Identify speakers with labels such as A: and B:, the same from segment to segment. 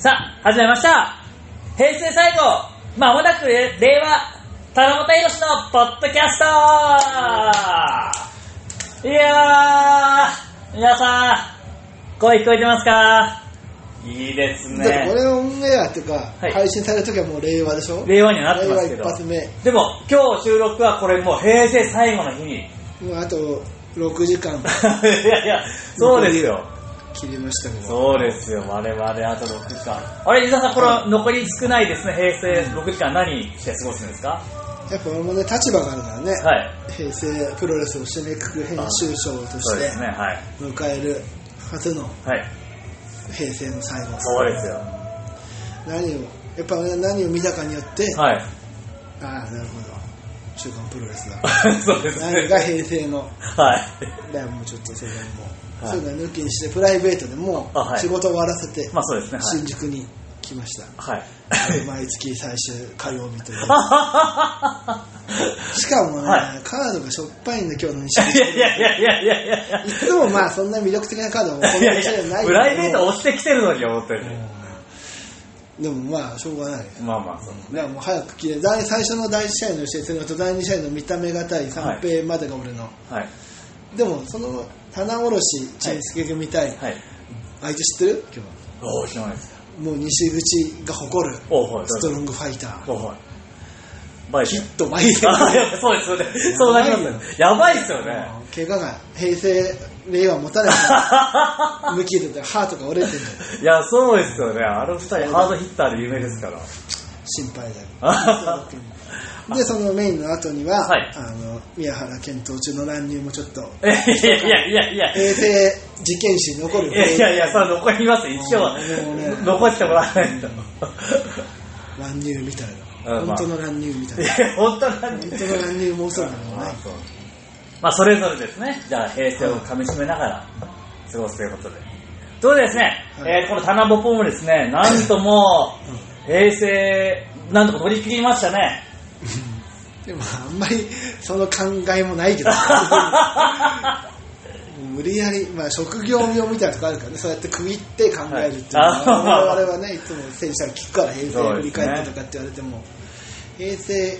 A: さあ、始めました。平成最後、まもなく令和、田中宏のポッドキャストいやー、皆さん、声聞こえてますかいいです
B: だって
A: ね。
B: これオンエアっていうか、
A: はい
B: 配信される時はもう令和でしょ
A: 令和にはなってますけど
B: 令和一発目
A: でも、今日収録はこれもう平成最後の日に。 い
B: もうあと6時間
A: やいや、そうですよ。
B: 切りましたけど
A: そうですよ、我々あと6時間。あれ、伊沢さん、これは残り少ないですね、平成6時間何して過ごすんですか
B: やっぱ俺もね立場があるからね、
A: はい。
B: 平成プロレスを締めくく編集長と
A: そう
B: し
A: で
B: て
A: すね、はい。
B: 迎える初の
A: はい。
B: 平成の最後
A: そうですよ。
B: 何をやっぱね何を見たかによって、
A: はい。
B: ああなるほど週刊プロレスだ
A: そうです
B: 何
A: ね。
B: が平成の
A: はい。
B: だからもうちょっとそれはもう、
A: はい
B: そういうの抜きにしてプライベートでも
A: あは
B: う
A: い
B: 仕事終わらせて、
A: まあそうですね、
B: 新宿に来ました
A: はい。はい。
B: 毎月最終火曜日という
A: あははは
B: しかもね、
A: は
B: カードがしょっぱいんで今日の
A: い
B: 西
A: やいやいやいやいやいやいや
B: いつもまあそんな魅力的なカードはこ
A: い
B: の
A: や
B: 店で
A: い
B: な
A: や
B: い
A: プライベート
B: を
A: 押してきてるのに、思ってる。
B: でもまあしょうがない
A: まあまあ、そう。
B: だからもう早く切れ第最初の第1試合の試合それと第2試合の見た目がたい三平までが俺の、
A: はい。
B: でもその棚卸し陳介組対、
A: はい。
B: 相手知ってる今
A: おー、知らないです。
B: 日もう西口が誇る
A: おー、はい。
B: ストロングファイター
A: おー、はい。バイ
B: ヒ
A: キン。
B: ットマイセン
A: あ、やっぱそう ですよね。そうなりますよね。やばいっすよね。
B: 怪我が平成令和持たれ た向きでて歯とか折れてる
A: いや、そうですよね。あの二人、ハードヒッターで有名ですから。
B: 心配だよ
A: あ
B: でそのメインの後には、
A: はい
B: あの宮原検討中の乱入もちょっと
A: いやいやいやいや。
B: 平成事件史に残る
A: い やいやいや、それ残りますよ一応
B: もうね、
A: 残してもらわないと。い
B: 乱入みたいな、
A: うん
B: 本当の乱入 みたいな、
A: や、本当なん
B: 本
A: で
B: 当の乱入もそうなの
A: まあ
B: ね
A: そうまあ、それぞれですね。じゃあ、平成をかみしめながら過ごすということで。ということでですね、
B: はい
A: えーこの棚ぼぽもですね、なんとも
B: うん、
A: 平成、なんとか取り切りましたね。
B: でもあんまりその考えもないけど もう無理やり、まあ、職業病みたいなとこあるからねそうやって区切って考えるっていうの
A: はいあ
B: は我々はねいつも選手から聞くから平成振り返ってとかって言われても、平成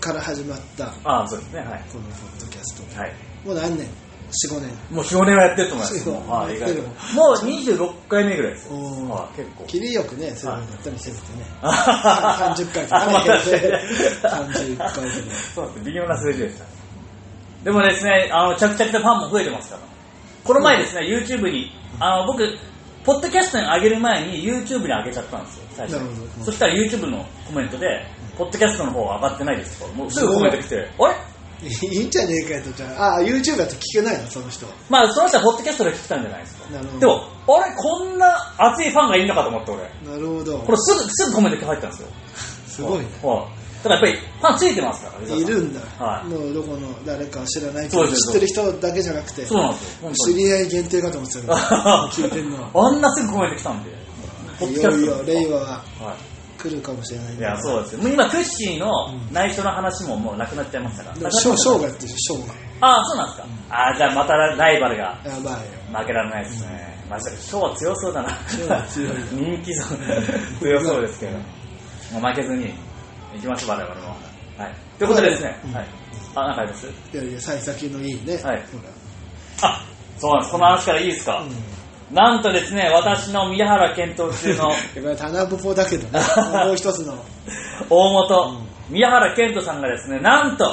B: から始まったこ
A: ああ、そうですね、はい。
B: のポッドキャスト
A: はい。
B: もう何年45年
A: もう4、5年はやってると思います。
B: そう
A: もうはい、意外と
B: やって
A: もう26回目ぐらいですよ。
B: おー
A: はい結構。
B: 切りよくねそういうのやったりせずてね
A: 30
B: 30回 とかね
A: まあ確かに
B: 31回とか
A: そうですね微妙な数字でしたでもですねあの着々とファンも増えてますからこの前ですね、YouTube にあの僕ポッドキャストに上げる前に YouTube に上げちゃったんですよ最初
B: なるほど
A: そしたら YouTube のコメントで「ポッドキャストの方は上がってないです」ともうすぐコメント来て「あれ
B: いいんじゃねえかよとじゃああ YouTube だと聞けないのその人は
A: まあその人はポッドキャストで聞いたんじゃないですか
B: なるほど
A: でもあれこんな熱いファンがいるのかと思って俺
B: なるほど
A: これすぐすぐコメント入ったんですよ
B: すごいね
A: はいだからやっぱりファンついてますから
B: いるんだ、
A: はい
B: もうどこの誰かは知らないけ
A: そう
B: ど
A: です
B: 知ってる人だけじゃなくて
A: そうなんですよ本当
B: 知
A: に
B: り合い限定かと思って たから聞いてんのは
A: あんなすぐコメント来たんで。ポッ
B: い
A: ドキャ
B: よい
A: スト
B: よ令和は
A: は
B: 来るかもしれない
A: い。いや、そうですよ。もう今、クッシーの
B: うん
A: 内緒の話ももうなくなっちゃいましたから。
B: でもショーがってしょショー
A: ああ、そうなんですか。ああ、じゃあまたライバルが
B: がやばいよ
A: 負けられないですね。まあ、ショーは強そうだな。
B: ショーは強い
A: 人気そう。強そうですけど。もう負けずに、行きましょう、我々も。はい。ということでですね
B: う。ん
A: はい。あ、なんかあります
B: いやいや幸先のいいね、
A: はい
B: ほら
A: あ、そうなんです。この話からいいですか
B: うん。
A: なんとですね、私の宮原検討中の
B: やっぱり棚ぼぽだけど ねもう一つの
A: 大元、宮原健人さんがですねなんと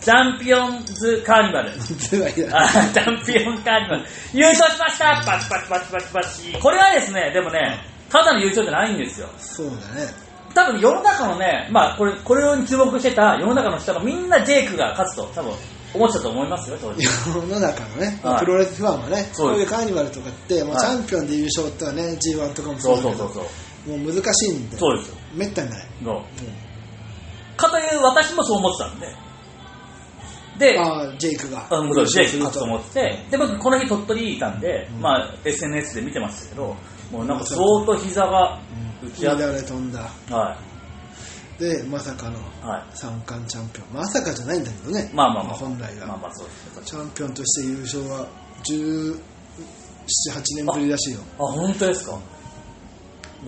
A: チャンピオンズカーニバル
B: つまり
A: あ チャンピオンカーニバル優勝しましたパチパチパチパチパチこれはですねでもねただの優勝じゃないんですよ
B: そうだね
A: 多分世の中のねまあこれこれに注目してた世の中の人がみんなジェイクが勝つと多分思ってたと思いますよ当時
B: 世の中のね、ま
A: は
B: あ
A: い
B: プロレスファンはね
A: そう
B: こう
A: で
B: い
A: す
B: うカーニバルとかって、まあ、チ
A: はい
B: ャンピオンで優勝ってのはね g 1とかも
A: そ
B: そううだ
A: そう
B: けど
A: そうそう
B: もう難しいんで
A: そうですよ
B: めったにない、
A: どう
B: うん
A: かという私もそう思ってたんで で
B: ああジェイクが
A: あの試合勝つと思
B: と
A: ってて、で僕、この日、鳥取にいたんで、
B: うん
A: まあ、SNS で見てましたけど、もうなんか相当膝が打ち合
B: 乱
A: って、
B: れ飛んだ
A: は
B: でまさかの
A: い、は
B: 三冠チャンピオンまさかじゃないんだけどね
A: い、まあまあまあ、
B: 本来が、
A: まあまあそうです
B: チャンピオンとして優勝は178年ぶりらしいよ
A: あ、本当ですか、
B: ま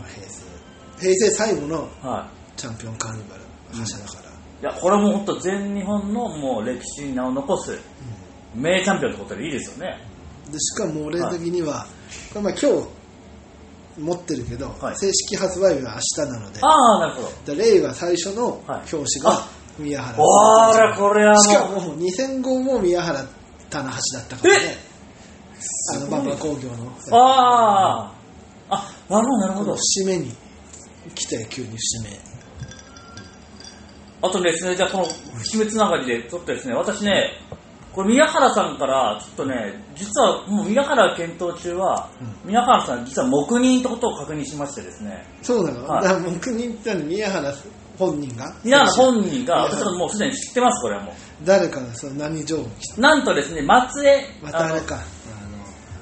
B: あ、平成平成最後の
A: は
B: チャンピオンカーニバル覇者だから、
A: い、いやこれも本当全日本のもう歴史に名を残す名チャンピオンってことでいいですよね
B: でしかも俺的には、これまあ今日持ってるけど、
A: はい
B: 正式発売日は明日なので
A: ああなるほど
B: でレイが最初の
A: はい
B: 表紙
A: あ
B: が宮原
A: あらこれは
B: しか
A: もう
B: も2000号も宮原棚橋だったからねあの
A: ごい
B: 馬場工業の
A: あああなるほどなるほど
B: 節目に来て急に節目
A: あとですね、じゃあこの節目つながりで、ちょっとですね、私ね、これ宮原さんから、ちょっとね、実はもう宮原検討中は、宮原さん実は黙認ってことを確認しましてですね、
B: そうなの、
A: はい
B: だから僕に言ったの宮原本人が
A: 宮原本人が、
B: 宮原
A: 私はもうすでに知ってます、これはも
B: 誰かがその何情報来
A: う。なんとですね、松江、
B: たまたあ
A: の
B: れかあの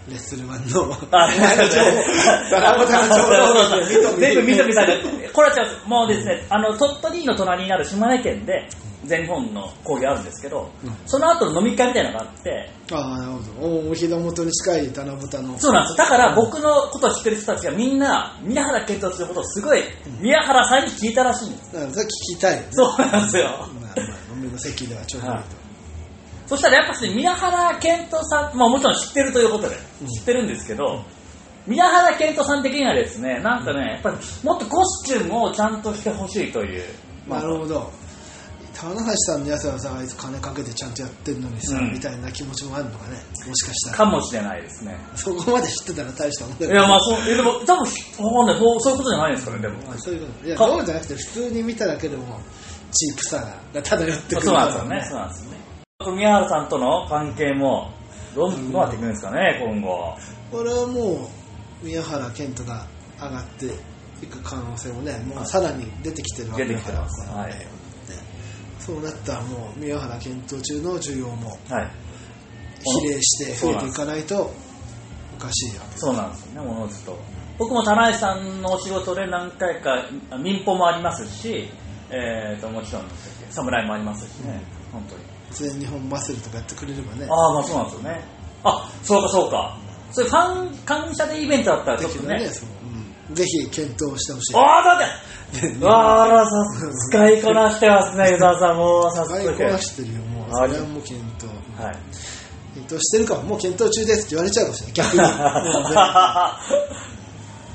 B: レッスルマンの
A: あ
B: 何情報ドラマタの情報を見とく
A: 全部見とみされて、これは違う、もうですね、あの鳥取の隣にある島根県で、全日本の講義あるんですけど、
B: うん
A: その後の飲み会みたいなのがあって、
B: ああなるほどおお膝元に近い七夕の
A: そうなんですよ。だから僕のことを知ってる人たちがみんな、宮原健人のことをすごい、宮原さんに聞いたらしいんです。
B: だからそれ聞きたいよね
A: そうなんですよ。
B: まあまあ飲みの席ではちょうどいいと、
A: はいそしたらやっぱし宮原健人さん、まあもちろん知ってるということで、
B: うん
A: 知ってるんですけど、宮原健人さん的にはですね、なんかね、やっぱりもっとコスチュームをちゃんとしてほしいという。
B: なるほど棚橋さんのやつはさあいつ金かけてちゃんとやってるのにさ、
A: うん
B: みたいな気持ちもあるのかねもしかしたら
A: かもしれないですね。
B: そこまで知ってたら大したもんだ
A: い
B: よ
A: やまあそう、えでも多分、わかんないそうそういうことじゃないですかね、でも。
B: まあそういうこといや
A: か
B: そうじゃなくて普通に見ただけでもチープさが漂ってくる
A: そうなんですよね。そうなんですよね。宮原さんとの関係も、どうどうなっていくんですかね、今後。
B: これはもう宮原健人が上がっていく可能性もねもうさらに出てきてるわけだか
A: 出
B: ら
A: てきてます
B: この
A: はい
B: ねそうなったらもう宮原健人中の需要も
A: はい。
B: 比例して増えていかないとおかしいわけ
A: そうなんですよね、ものずと。僕も田内さんのお仕事で何回かあ民放もありますし、えー、ともちろん侍もありますしね、本当に。
B: 全日本マッスルとかやってくれればね
A: ああ、まあそうなんですよね。あそうかそうか。それファン感謝デイベントだったらちょっと
B: ね
A: ね。
B: そのうんぜひ検討してほしい
A: ああ、だ ってあら、さす使いこなしてますね、湯沢さん。もう、さす
B: 使
A: が
B: いこなしてるよもう
A: あ
B: それはもう検討
A: はい。
B: 検討してるからもう検討中ですって言われちゃうかもしれない逆にもうね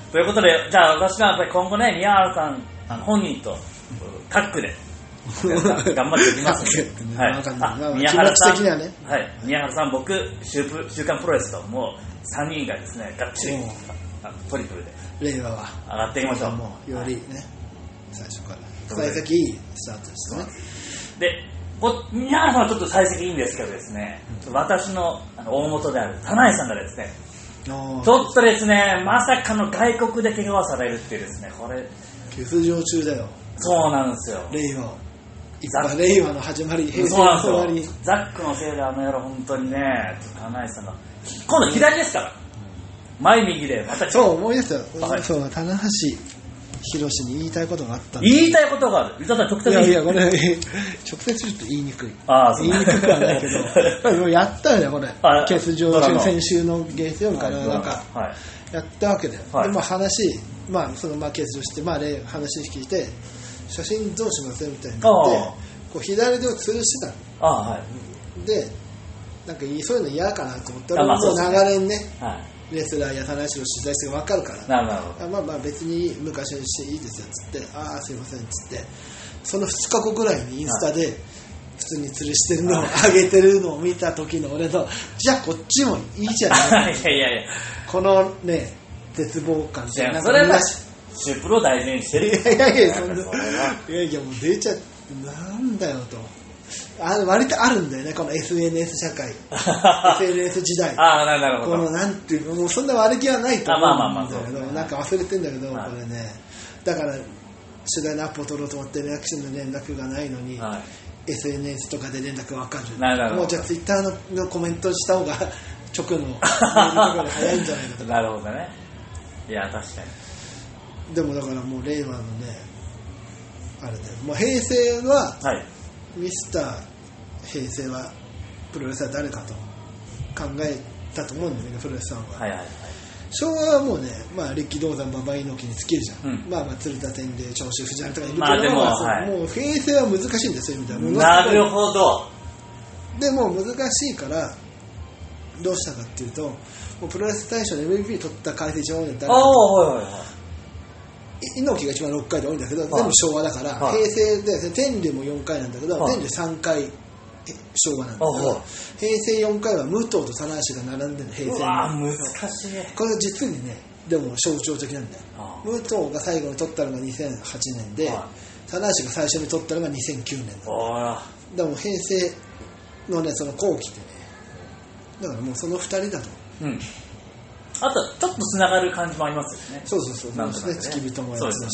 A: ということで、じゃあ私はやっぱり今後ね、宮原さん、あの本人とタッグ で頑張っていきます
B: タッグってね
A: はい
B: わかんないま
A: あ
B: あ
A: 宮原さん、
B: 気持ち的にはね
A: はい、宮原さん、僕、週プ週刊プロレスと、もう3人がですね、がっちり
B: うん
A: あトリプルで
B: 令和は
A: 上がっていきましょう。
B: もうよりね最初から
A: そうで
B: 最
A: す
B: 先いいスタートですね
A: で、こ宮原さんはちょっと最先いいんですけどですね、私のあの大元である田内さんがですね、
B: あ
A: ち
B: あ
A: ょっとですね、まさかの外国で怪我をされるっていうですね、これ、
B: 欠場中だよ
A: そうなんですよ。
B: 令和を
A: ざっ
B: まあ令和の始まり平成
A: そう
B: の
A: な
B: 終わ
A: ん
B: り
A: で
B: に
A: すよ。ザックのせいであの野郎、本当にね、ちょっと金井さんが、今度左ですから、前右で、また
B: そう思い出した
A: はい
B: よそう棚橋宏に言いたいことがあったんだ
A: 言いたいことがある。歌さん、直
B: い
A: 接
B: やい
A: 言
B: や
A: う。
B: これ直接ちょっと言いにくい
A: ああ、そう
B: 言いにくく はないけどまあでもやったよねこれ
A: あ
B: 欠
A: ド
B: 場
A: ラマ
B: 中先週の月曜日からなんか
A: はい。
B: やったわけだよ、
A: はい
B: でまあ話、まあ、そのまあ欠場して、まあ、例話聞いて写真どうしますみたいになって
A: ああ
B: こう左手を吊るしてた
A: ああ、はい。
B: のでなんかいいそういうの嫌かなと思った
A: あ
B: ら、
A: まあ
B: もう
A: そう
B: 流れにね
A: は
B: レスラーや田中氏の取材して分かるか ら
A: い。なるほど。
B: あまあまあ別に昔にしていいですよっつってああすいませんっつってその2日後ぐらいにインスタで普通に吊るしてるのを上げてるのを見た時の俺のじゃあこっちもいいじゃ ない
A: いやいやい
B: このね絶望感
A: やいや、
B: なん
A: そ
B: か
A: れ
B: 見
A: は
B: 出し、
A: シュプロ大事にしてる。
B: いやいやいやそんな
A: それはい
B: やいやもう出ちゃってなんだよとあ割とあるんだよねこの SNS 社会 SNS 時代
A: ああ、ななるほ
B: この
A: ど。
B: なんていうのもうそんな悪気はないと思
A: あまあまあま
B: う
A: あ
B: んだけ
A: そうで
B: ど
A: すね
B: なんか忘れてんだけどこ
A: はい
B: れねだから取材のアポ取ろうと思って連絡手の連絡がないのに
A: はい
B: SNS とかで連絡わか
A: なるほ
B: る
A: ど
B: もうじゃあ Twitter ののコメントした方が直のメールとかで早いんじゃないかと
A: なるほどね。いや、確かに。
B: でもだからもう令和のねあれだよもう平成は
A: はい。
B: ミスター平成はプロレスは誰かと考えたと思うんだよねプロレスさんは、
A: はいはいはい。
B: 昭和はもうね、まあ、力道山馬場猪木に尽きるじゃん、
A: うん
B: まあまあ鶴田天で長州藤原とかいるけど、
A: まあでも
B: そう
A: はい
B: もう平成は難しいんですよみたいなものすごい
A: なるほど。
B: でも難しいからどうしたかっていうともうプロレス大賞で MVP 取った回数一番多いの
A: あ
B: 誰
A: あ、はいはいはい。
B: い猪木が一番6回で多いんだけど、
A: い
B: 全部昭和だから、
A: はい
B: 平成で天竜も4回なんだけど、
A: はい
B: 天竜3回え昭和なんだけど、
A: はい
B: 平成4回は武藤と棚橋が並んでる平
A: う
B: 成
A: わ
B: の
A: ー難しい。
B: これが実にねでも象徴的なんだよ
A: あ
B: 武藤が最後に取ったのが2008年で、
A: は
B: 棚橋が最初に取ったのが2009年だ
A: ああら。
B: でも平成のねその後期ってねだからもうその2人だと
A: うん。あと、ちょっとつながる感じもありますよね。
B: そうそうそう
A: なんとなくね
B: そうですね付き人もやって
A: そう
B: た
A: で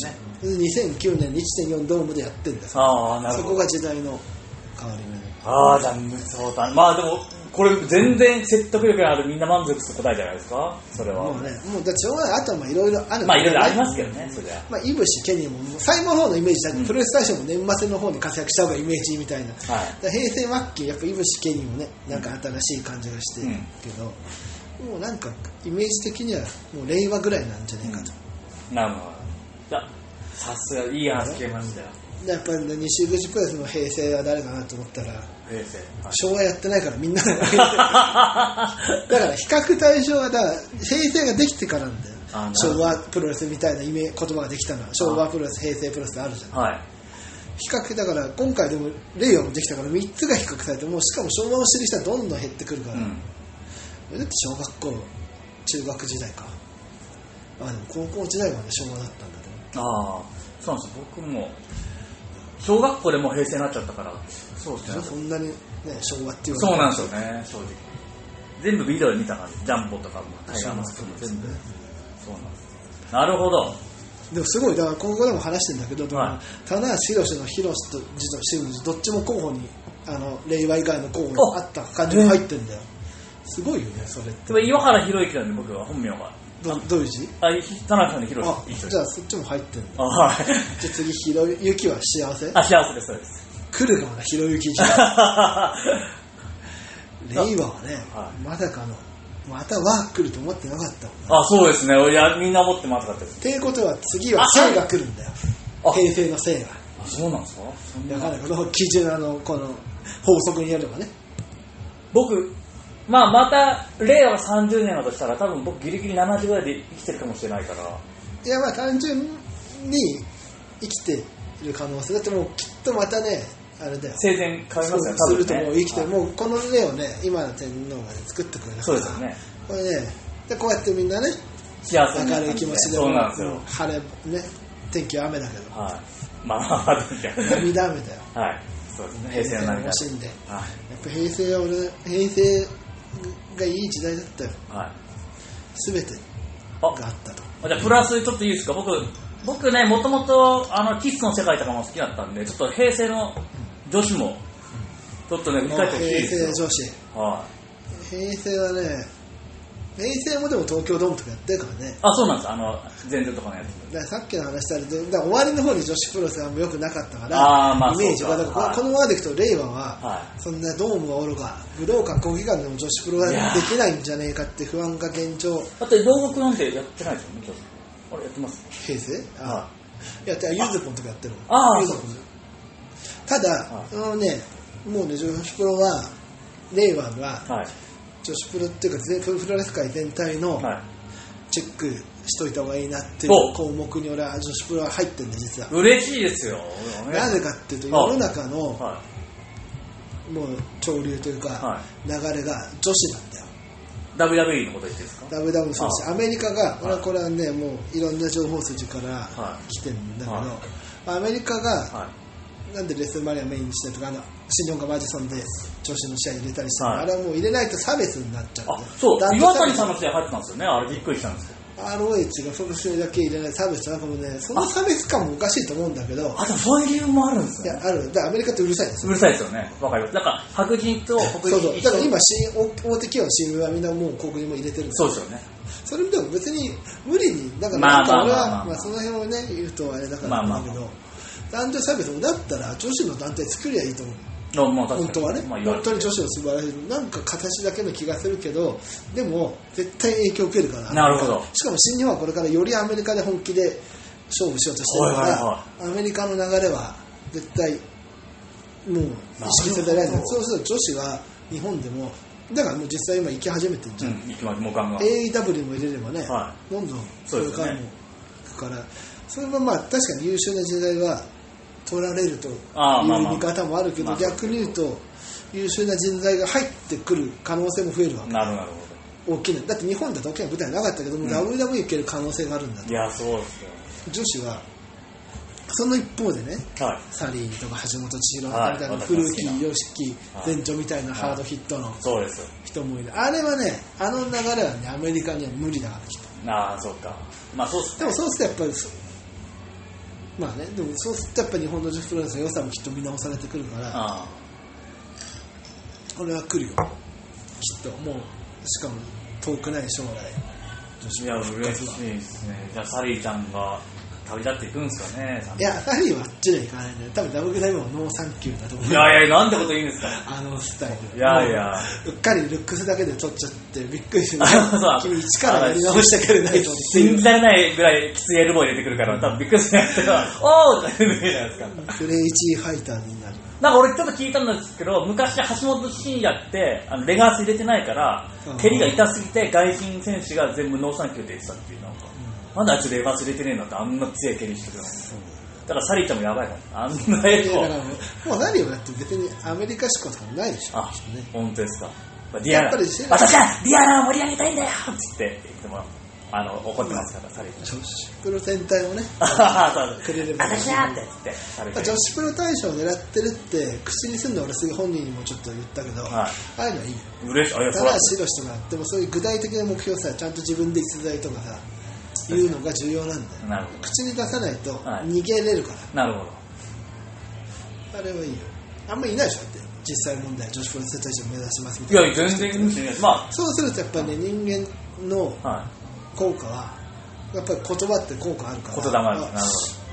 B: し
A: すよね
B: 2009年に1.4ドームでやってんだよ
A: ああ、なる
B: そ
A: ほ
B: こ
A: ど。
B: が時代の変わり目
A: ああ、じゃあ、無双だ。まあでも、これ全然説得力があるみんな満足する答えじゃないですかそれは。
B: もうねもうだってしょうがないあとはまあいろいろある
A: まあいろいろありますけどね、それは。
B: まあ、イブシ、ケニーも、もう最後の方のイメージだ、
A: うん
B: プロレス大賞も年末の方に活躍した方がイメージみたいな、
A: はい
B: だから平成末期、やっぱイブシ、ケニーもね、なんか新しい感じがしてるけど、もうなんか、イメージ的には、もう令和ぐらいなんじゃないかと、
A: なるほど。いや、さすが、いい話聞けましたよ。
B: でやっぱりね西口プロレスの平成は誰かなと思ったら、
A: 平成。はい
B: 昭和やってないから、みんながだから、比較対象は、だから、平成ができてからなんだよ
A: あなる、ほど
B: 昭和プロレスみたいなイメ言葉ができたのは、昭和プロレス、平成プロレスってあるじゃん。
A: はい。
B: 比較だから今回でも令和もできたから3つが比較されてもうしかも昭和を知る人はどんどん減ってくるか
A: う
B: ら、
A: ん。
B: だって小学校中学時代かあでも高校時代まで昭和だったんだけど
A: ああ、そうなんですよ。僕も、小学校でもう平成になっちゃったから、そうですね。
B: そんなに、ね、昭和っていうのは
A: そうなんですよね、正直。全部ビデオで見た感じ、ジャンボとかも、タイガーマスクも全部。そうなんです。なるほど。
B: でもすごいだから高校でも話してんだけど、でも
A: はい
B: 棚橋宏の宏とジとシムジどっちも候補にあの令和以外の候補にあった感じが入ってんだよすごいよねそれって
A: でも、岩原博之なんで、僕は本名が。
B: どどういう字
A: あ、ひ田中さんで博
B: あ
A: 之。一緒で
B: じ
A: す
B: ゃあそっちも入ってんだ
A: あ、はい。
B: じゃあ次ひろゆきは幸せ
A: あ、幸せです、そう です。
B: 来る側がひろゆき 時代令和はね、
A: は
B: まさかのまた和来ると思ってなかったもん
A: あ、そうですね。いや、みんな思ってまずかったです。
B: っていうことは次は
A: あ
B: 生が来るんだよ
A: あ
B: 平成の生が
A: あ、そうなんですかそんな
B: だからこの基準あのこの法則によればね
A: 僕、まあ、また、令和30年だとしたら、多分僕、ギリギリ70ぐらいで生きてるかもしれないから。
B: いやまあ単純に生きてる可能性だってもうきっとまたねあれだよ
A: 生前変わります
B: そ
A: よ
B: う
A: ね、
B: す
A: 多分ね
B: るともう生きてる、
A: はい
B: もうこの例をね今の天皇がね作ってくれたから
A: そうですよね。
B: これねでこうやってみんなね
A: 幸せにな
B: 明
A: る
B: るい気持ちで
A: そうなんですよ
B: もう。晴れね天気は雨だけど
A: はい。まあまあまあ、確かにね
B: 涙雨だよ
A: はい。そう ですね。平成の
B: を
A: 涙。
B: 惜しんでや
A: は
B: っぱ平成は俺平成がいい時代だったよ
A: い。はい。
B: 全て
A: あ
B: があったと
A: じゃあプラスちょっといいですか僕、僕ね、もともと、あの、キスの世界とかも好きだったんで、ちょっと平成の女子も、ちょっとね、見
B: も
A: 返
B: う
A: って
B: 平
A: ほしいです
B: 成
A: よ
B: 女子
A: はい。
B: 平成はね平成もでも東京ドームとかやってるからね
A: あ、そうなんです。あの、全然とかのやつ。
B: だからさっきの話だとだから終わりの方に女子プロレスが良くなかったから
A: あーまあ
B: イメージが
A: そ
B: だ
A: うか
B: からここのままでいくと令和は、
A: は
B: そんなドームはおろか武道館国技館でも女子プロができないんじゃねえかって不安が現状
A: だって、牢獄なんてやってないですよね、今日。あれ、やってます。
B: 平成
A: はい
B: やってゆずぽんとかやってるもん
A: ああ
B: ゆずぽんただ
A: は。
B: あのねもうね女子プロは令和はい
A: はい。
B: 女子プロっていうか全プロレス界全体の
A: はい。
B: チェックしといた方がいいなってい
A: お
B: う項目に俺は女子プロは入ってるんだ実は
A: 嬉しいですよ。お願い
B: なぜかっていうと世の中の
A: は
B: もう潮流というか
A: は
B: 流れが女子なんだよ
A: い。WWE のこと言っていいですか
B: WW もそうだし
A: あ
B: アメリカが俺は
A: はい
B: これはねもういろんな情報筋から
A: はい
B: 来てるんだけど
A: は
B: アメリカが
A: はい。
B: なんでレッスルマニアメインにしたりとかあの新日本がマジソンで調子の試合入れたりして、
A: はい
B: あれはもう入れないと差別になっちゃって
A: あ、そう
B: だっ、て
A: 岩谷さんの試合入ってたんですよね。あれびっくりしたんですけど。
B: ROH がその試合だけ入れない差別なんかもうねその差別感もおかしいと思うんだけど
A: あ、でもそういう理由もあるんです
B: い
A: よ
B: や
A: ね。
B: あるだからアメリカってうるさいんです
A: う
B: よ
A: るさいですよね。わかります。だから、白人と
B: そ
A: 黒
B: うそ
A: 人
B: うだから今新大大手企業の新聞はみんなもう広告にも入れてるん
A: そうですよね。
B: それでも別に無理にだから
A: まあ
B: なんか俺
A: まあまあま
B: は
A: あ
B: まあその辺をね言うとあれだから
A: まあまあ
B: だけど男女差別もだったら女子の団体作りゃいいと思う
A: あまあ確かに
B: 本当はね、
A: まあ、
B: 本当に女
A: 子
B: 子の素晴らしいなんか形だけの気がするけどでも絶対影響を受けるから
A: なるほど
B: しかも新日本はこれからよりアメリカで本気で勝負しようとしてるか
A: は
B: ら、
A: いはい
B: アメリカの流れは絶対もう意識せざるを
A: なる
B: 得ない
A: ほど
B: そうすると女子は日本でもだからもう実際今行き始めてるじ
A: う
B: ゃん、
A: ん行きますもうガンガン
B: AEW も入れればね、
A: は
B: どんどん
A: そうですよね
B: れからも行くからそれはまあ確かに優秀な時代は取られるという
A: ああまあまあ
B: 見方もあるけど、
A: まあ
B: 逆に言うと優秀な人材が入ってくる可能性も増えるわけ
A: なるほどなるほ
B: 大きなだって日本だと大きな舞台なかったけども、
A: うん
B: WWE 行ける可能性があるんだ
A: どいやそうです
B: 女子はその一方でね
A: よはい
B: サリーとか橋本千尋み
A: はい
B: たいな
A: 私
B: 古
A: も好き
B: き
A: な
B: 良き前女みたいなハードヒットの
A: そうですよ
B: 人もいるあれはねあの流れはねアメリカには無理だからきっと
A: ああそうかまあそうっす
B: でもそうするとやっぱりそまあねでもそうするとやっぱ日本の女子プロレスの良さもきっと見直されてくるから
A: あ
B: これは来るよきっともうしかも遠くない将来女
A: あ
B: 子
A: い
B: プ
A: や嬉
B: ロレ
A: し
B: ス復活はい
A: ですねじゃあサリーちゃんが旅立っていくんですかね
B: いやサリーはあっちにはいかないんだよ多分 WW もノーサンキューだと思う
A: いやいやなんてこと言うんですか
B: あのスタイル
A: いやいや
B: もううっかりルックスだけで取っちゃってびっくりする
A: あ そう
B: 君一からやり直したけれないと思って
A: 信じられないぐらいきついエルボー入れてくるから多分びっくりするんですけどおーって言うじゃないですか
B: プレイ1ファイターになる
A: なんか俺ちょっと聞いたんですけど昔橋本真也ってあのレガース入れてないから
B: うん
A: 蹴りが痛すぎて外人選手が全部ノーサンキューで言ってたっていうなんか、なんであいつレガース入れてねえんだってあんな強い蹴りしてくるのだからサリーちゃんもやばいからあんなエ
B: い
A: ル
B: や
A: ボ
B: だから
A: ー
B: もうもう何をやって別にアメリカ志向とかないでしょ
A: あ
B: きっとね
A: 本当ですかディア
B: や
A: ナ
B: っぱり知らない
A: 私はディアナを盛り上げたいんだよっつって言ってもあの怒ってますからサリーちゃん
B: 女子プロ全体をね
A: あはは
B: くれれば
A: 私だってつってサリーちゃん
B: 女子プロ大賞を狙ってるって口にするの俺すぐ本人にもちょっと言ったけど、
A: はい
B: ああいうのはいいよ
A: 嬉しいあいや
B: た
A: そりゃ
B: だ白してもらってもそういう具体的な目標さちゃんと自分で実在とかさ言うのが重要なんだよ
A: なるほど
B: 口に出さないと
A: はい
B: 逃げれるか
A: なるほど
B: ら、あれはいいよあんまりいないでしょだって実際問題女子プロ大賞目指しますみ
A: い
B: たいな
A: や全然嬉しいですま
B: そうするとやっぱりね人間の
A: あはい
B: 効果はやっぱり言葉って効果あるから
A: 言霊あるなる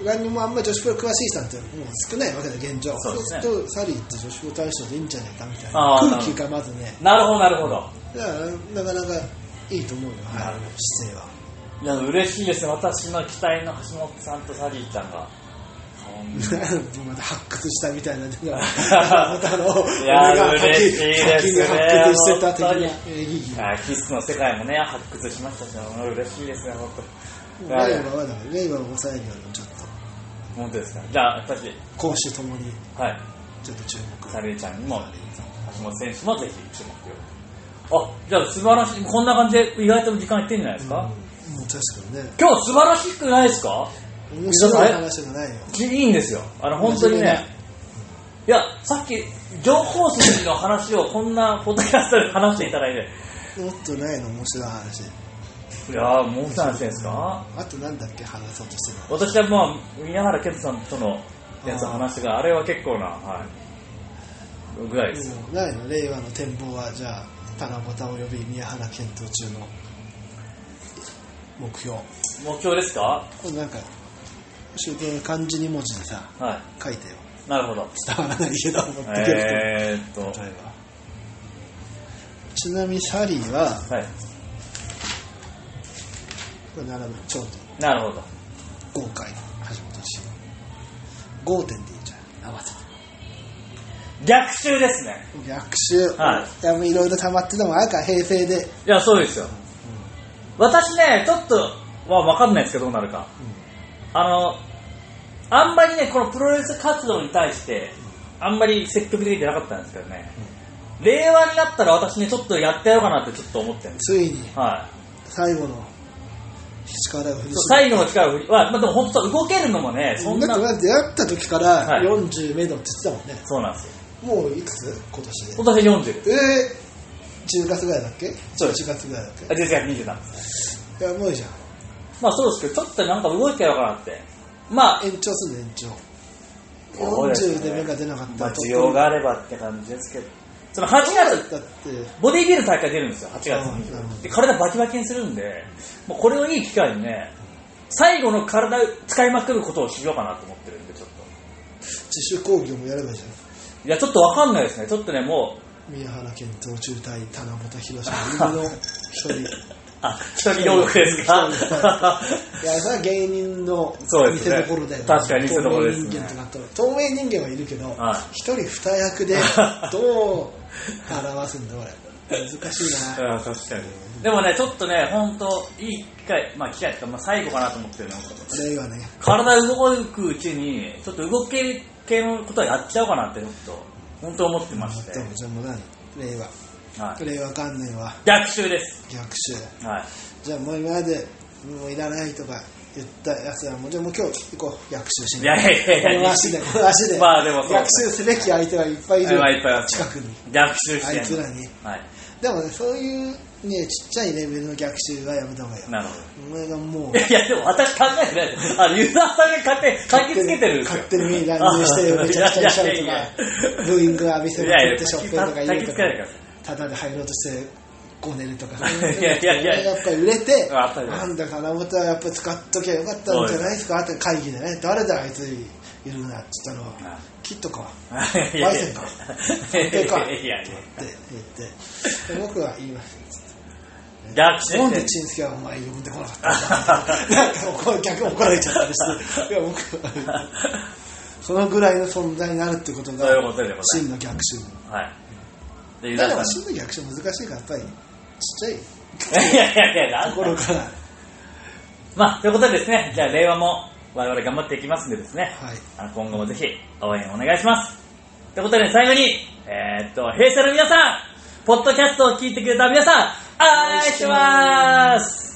B: 何もあんまり女子プロ詳しいさんってもう少ないわけだ現状
A: そうですね
B: そうするとサリーって女子プロ大賞でいいんじゃないかみたいな
A: あー
B: 空気がまずね
A: なるほどなるほど
B: だからなかなかいいと思うよ、
A: な
B: は
A: るほど
B: い、姿勢はい
A: や嬉しいですね私の期待の橋本さんとサリーちゃんがほん
B: また発掘したみた いなあなたの
A: いや
B: 俺が先
A: 嬉しいですね
B: 先に発掘してた的な
A: 本
B: えー意義
A: あキスの世界もね発掘しましたし嬉しいですね本当
B: レイバはだからレイバを抑えるよりもちょっと
A: 本当ですかじゃあ私
B: 攻守ともに
A: はい
B: ちょっと注目
A: サリーちゃんにも橋本選手もぜひ注目をあじゃあ素晴らしいこんな感じで意外と時間いってんじゃないですか、
B: うんもう確かにね
A: 今日素晴らしくないですか
B: 面白い話がないよ
A: いいんですよ。あの、本当に
B: 真面目
A: ね。いや、さっき、情報筋の話をこんなポッドキャストで話していただい
B: もっとないの面白い話
A: て。いやー、もう一つ話してんですか
B: あとなんだっけ話そうとしてた
A: 私はまあ、宮原健人さんとのやつの話があれは結構な、はい。ぐらいです。
B: うんないの令和の展望はじゃあ七夕および宮原検討中の目標こ
A: 目標ですか
B: れなんか後ろの漢字2文字でさ
A: は
B: 書いてよ
A: い。なるほど。
B: 伝わらないけど持ってくる
A: えーっと、
B: 人例えばちなみにサリーは
A: はい。
B: これ並ぶちょう
A: なるほど。
B: ど豪快な橋本氏5点でいいじゃん
A: 逆襲ですね。
B: 逆襲、、
A: はい
B: やもういろいろ溜まってたもんあるから平成で、
A: いや、そうですよ。私ね、ちょっとは分かんないですけど、どうなるか。あの、あんまりね、このプロレス活動に対して、あんまり積極的じゃなかったんですけどね、令和になったら私ね、ちょっとやってやろうかなってちょっと思ってるんです。
B: ついに
A: はい。
B: 最後の力を振り絞
A: 最後の力を振り、まあ、まあでも本当動けるのもね、そん
B: だ
A: な
B: って、まず出会った時か
A: は
B: ら
A: い
B: 40目のって言ってたもんね、
A: そうなんですよ。
B: もういくつ今年で
A: 今年40。
B: えー、10月ぐらいだっけ
A: そう
B: 11
A: です
B: 月ぐらいだっ
A: あ、実は27です。
B: けいやもういいじゃん
A: まあそうですけど、ちょっとなんか動いてやろうかなって。まあ、
B: 延長するの延長
A: そうですね
B: 40で目が出なかった
A: まあ
B: ら
A: 需要があればって感じですけど、その8月、
B: だって
A: ボディビル大会出るんですよ、8月
B: うんなるほ
A: に。
B: ど
A: で、体バキバキにするんで、もうこれをいい機会にね、最後の体使いまくることをしようかなと思ってるんで、ちょっと。
B: 自主講義もやればいいじゃん
A: いや、ちょっとわかんないですね。ちょっとね、もう、
B: 宮原健闘中対棚本博士の一人
A: あ、一人洋服ですか
B: 一人洋いやそれは芸人の
A: そうで
B: 見
A: す
B: せ
A: ね
B: 所だよね
A: 確かに見せ所ですね
B: 透明人間となっとる透明人間はいるけど
A: はい
B: 一、人二役で どう表すんだ俺難しいな
A: うん確かに。でもね、ちょっとね、ほんと、いい機会、まあ機会とか、まあ最後かなと思ってるの。
B: あれはね
A: 体動くうちに、ちょっと動き系のことはやっちゃおうかなって、ちょっと、本当思ってまして。
B: でもじゃあもう何令和
A: はい。
B: 令和元年は
A: 逆襲です。
B: 逆襲
A: はい。
B: じゃあもう今までもういらないとか言ったやつはもうじゃあもう今日行こう逆襲し
A: い
B: に
A: やいやい
B: こ
A: やい
B: の
A: や、
B: 足でこの足で
A: まあでもそう
B: 逆襲すべき相手はいっぱいいる
A: まあいっぱいいます
B: 近くに
A: 逆襲し
B: あ
A: て
B: いつ
A: んの
B: らに
A: はい。
B: でもねそういうねちっちゃいレベルの逆襲はやめた方がいいよ
A: なるほど。
B: お前がもう
A: いや、でも私考えてないです。あの、ユーザーさんが勝手に、書きつけてるんですよ
B: 勝。手に乱入してめちゃくちゃにしたりと
A: いやい
B: かブーイング浴びせまくってショップとか言うと
A: い
B: か
A: やいや焚きつけないでください
B: ただで入ろうとしてこねるとか
A: いやいやいや
B: お前がやっぱり売れて
A: あったじゃん
B: なんだ金本はやっぱ使っときゃよかったんじゃないですかって会議でね誰だあいついるなって言ったの
A: あ
B: キットか
A: い
B: バ
A: や
B: イ
A: い
B: センか
A: や
B: 定
A: い
B: か
A: やいやいや
B: って言ってで僕は言います
A: 逆襲
B: なん
A: し
B: で
A: て
B: 陳介はお前呼んでこなかったんだなんかこう逆に怒られちゃったりしていや僕はそのぐらいの存在になるってことが
A: そういうことでございます
B: 真の逆襲
A: はい。で、ユー
B: だ
A: ザ
B: か
A: ー
B: ら
A: さ
B: 真の逆襲難しいからやっぱりちっち
A: ん。いやいやいや、
B: ゃい
A: なん
B: と
A: か
B: ころからはい
A: まあ、ということでですね、じゃあ令和も我々頑張っていきますんでですね、あの今後もぜひ応援お願いします。ということで最後に、えーっと、弊社の皆さん、ポッドキャストを聞いてくれた皆さん、愛してます